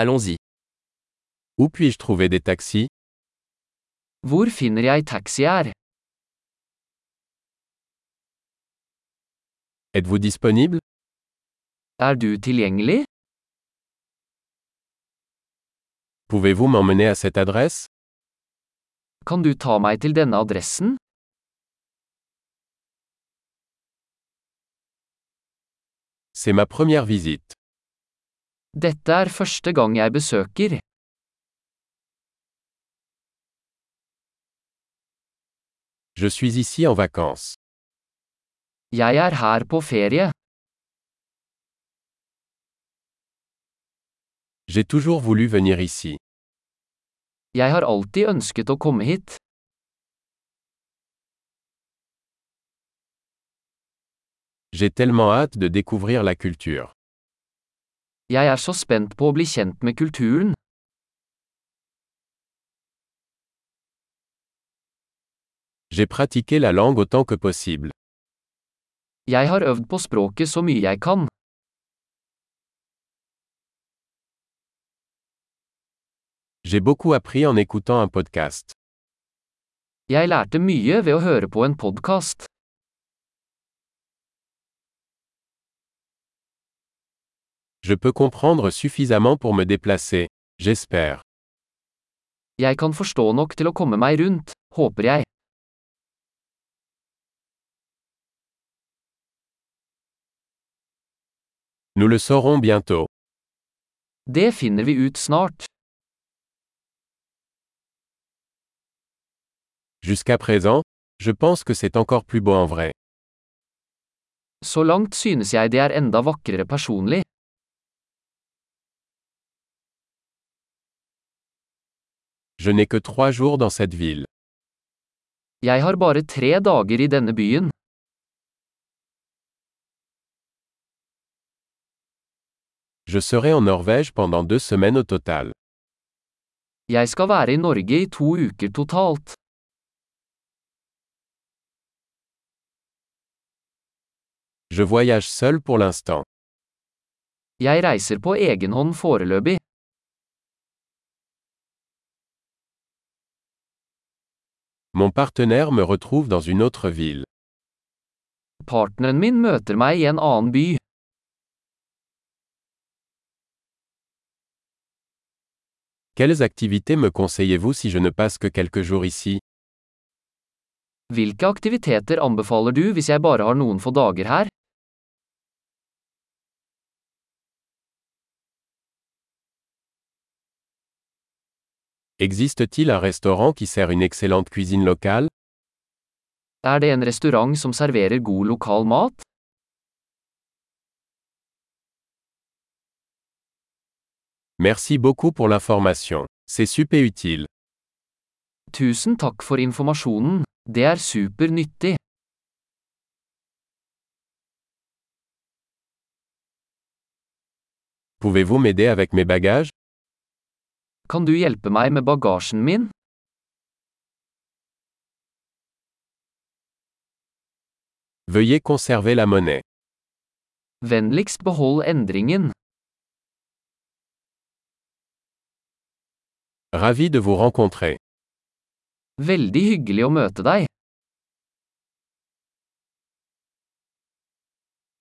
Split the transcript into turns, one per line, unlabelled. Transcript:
Allons-y. Où puis-je trouver des taxis
Hvor finner jeg taxier?
Êtes-vous disponible
Er du tilgjengelig?
Pouvez-vous m'emmener à cette adresse
Kan du ta meg til denne adressen?
C'est ma première visite.
Dette er første gang jeg besøker.
Je suis ici en vacances.
Jeg er her på ferie.
J'ai toujours voulu venir ici.
Jeg har alltid ønsket å komme hit.
J'ai tellement hâte de découvrir la culture.
Jeg er så spent på å bli kjent med kulturen.
J'ai pratiqué la langue autant que possible.
Jeg har øvd på språket så mye jeg kan.
J'ai beaucoup appris en écoutant un podcast.
Jeg lærte mye ved å høre på en podkast.
Je peux comprendre suffisamment pour me déplacer, j'espère.
Jeg kan forstå nok til å komme meg rundt, håper jeg.
Nous le saurons bientôt.
Det finner vi ut snart.
Jusqu'à présent, je pense que c'est encore plus beau en vrai.
Så langt synes jeg det er enda vakrere personlig.
Je n'ai que trois jours dans cette ville.
Jeg har bare tre dager i denne byen.
Je serai en Norvège pendant deux semaines au total.
Jeg skal være i Norge i to uker totalt.
Je voyage seul pour l'instant.
Jeg reiser på egen hånd foreløpig.
Mon partenaire me retrouve dans une autre ville.
Partneren min møter meg i en annen by.
Quelles activités me conseillez-vous si je ne passe que quelques jours ici
Hvilke aktiviteter anbefaler du hvis jeg bare har noen få dager her?
Existe-t-il un restaurant qui sert une excellente cuisine locale
Er det en restaurant som serverer god lokal mat?
Merci beaucoup pour l'information. C'est super utile.
Tusen takk for informasjonen. Det er super nyttig.
Pouvez-vous m'aider avec mes bagages
Kan du hjelpe meg med bagasjen min?
Veuillez conserver la monnaie.
Vennligst behold endringen.
Ravi de vous rencontrer.
Veldig hyggelig å møte deg.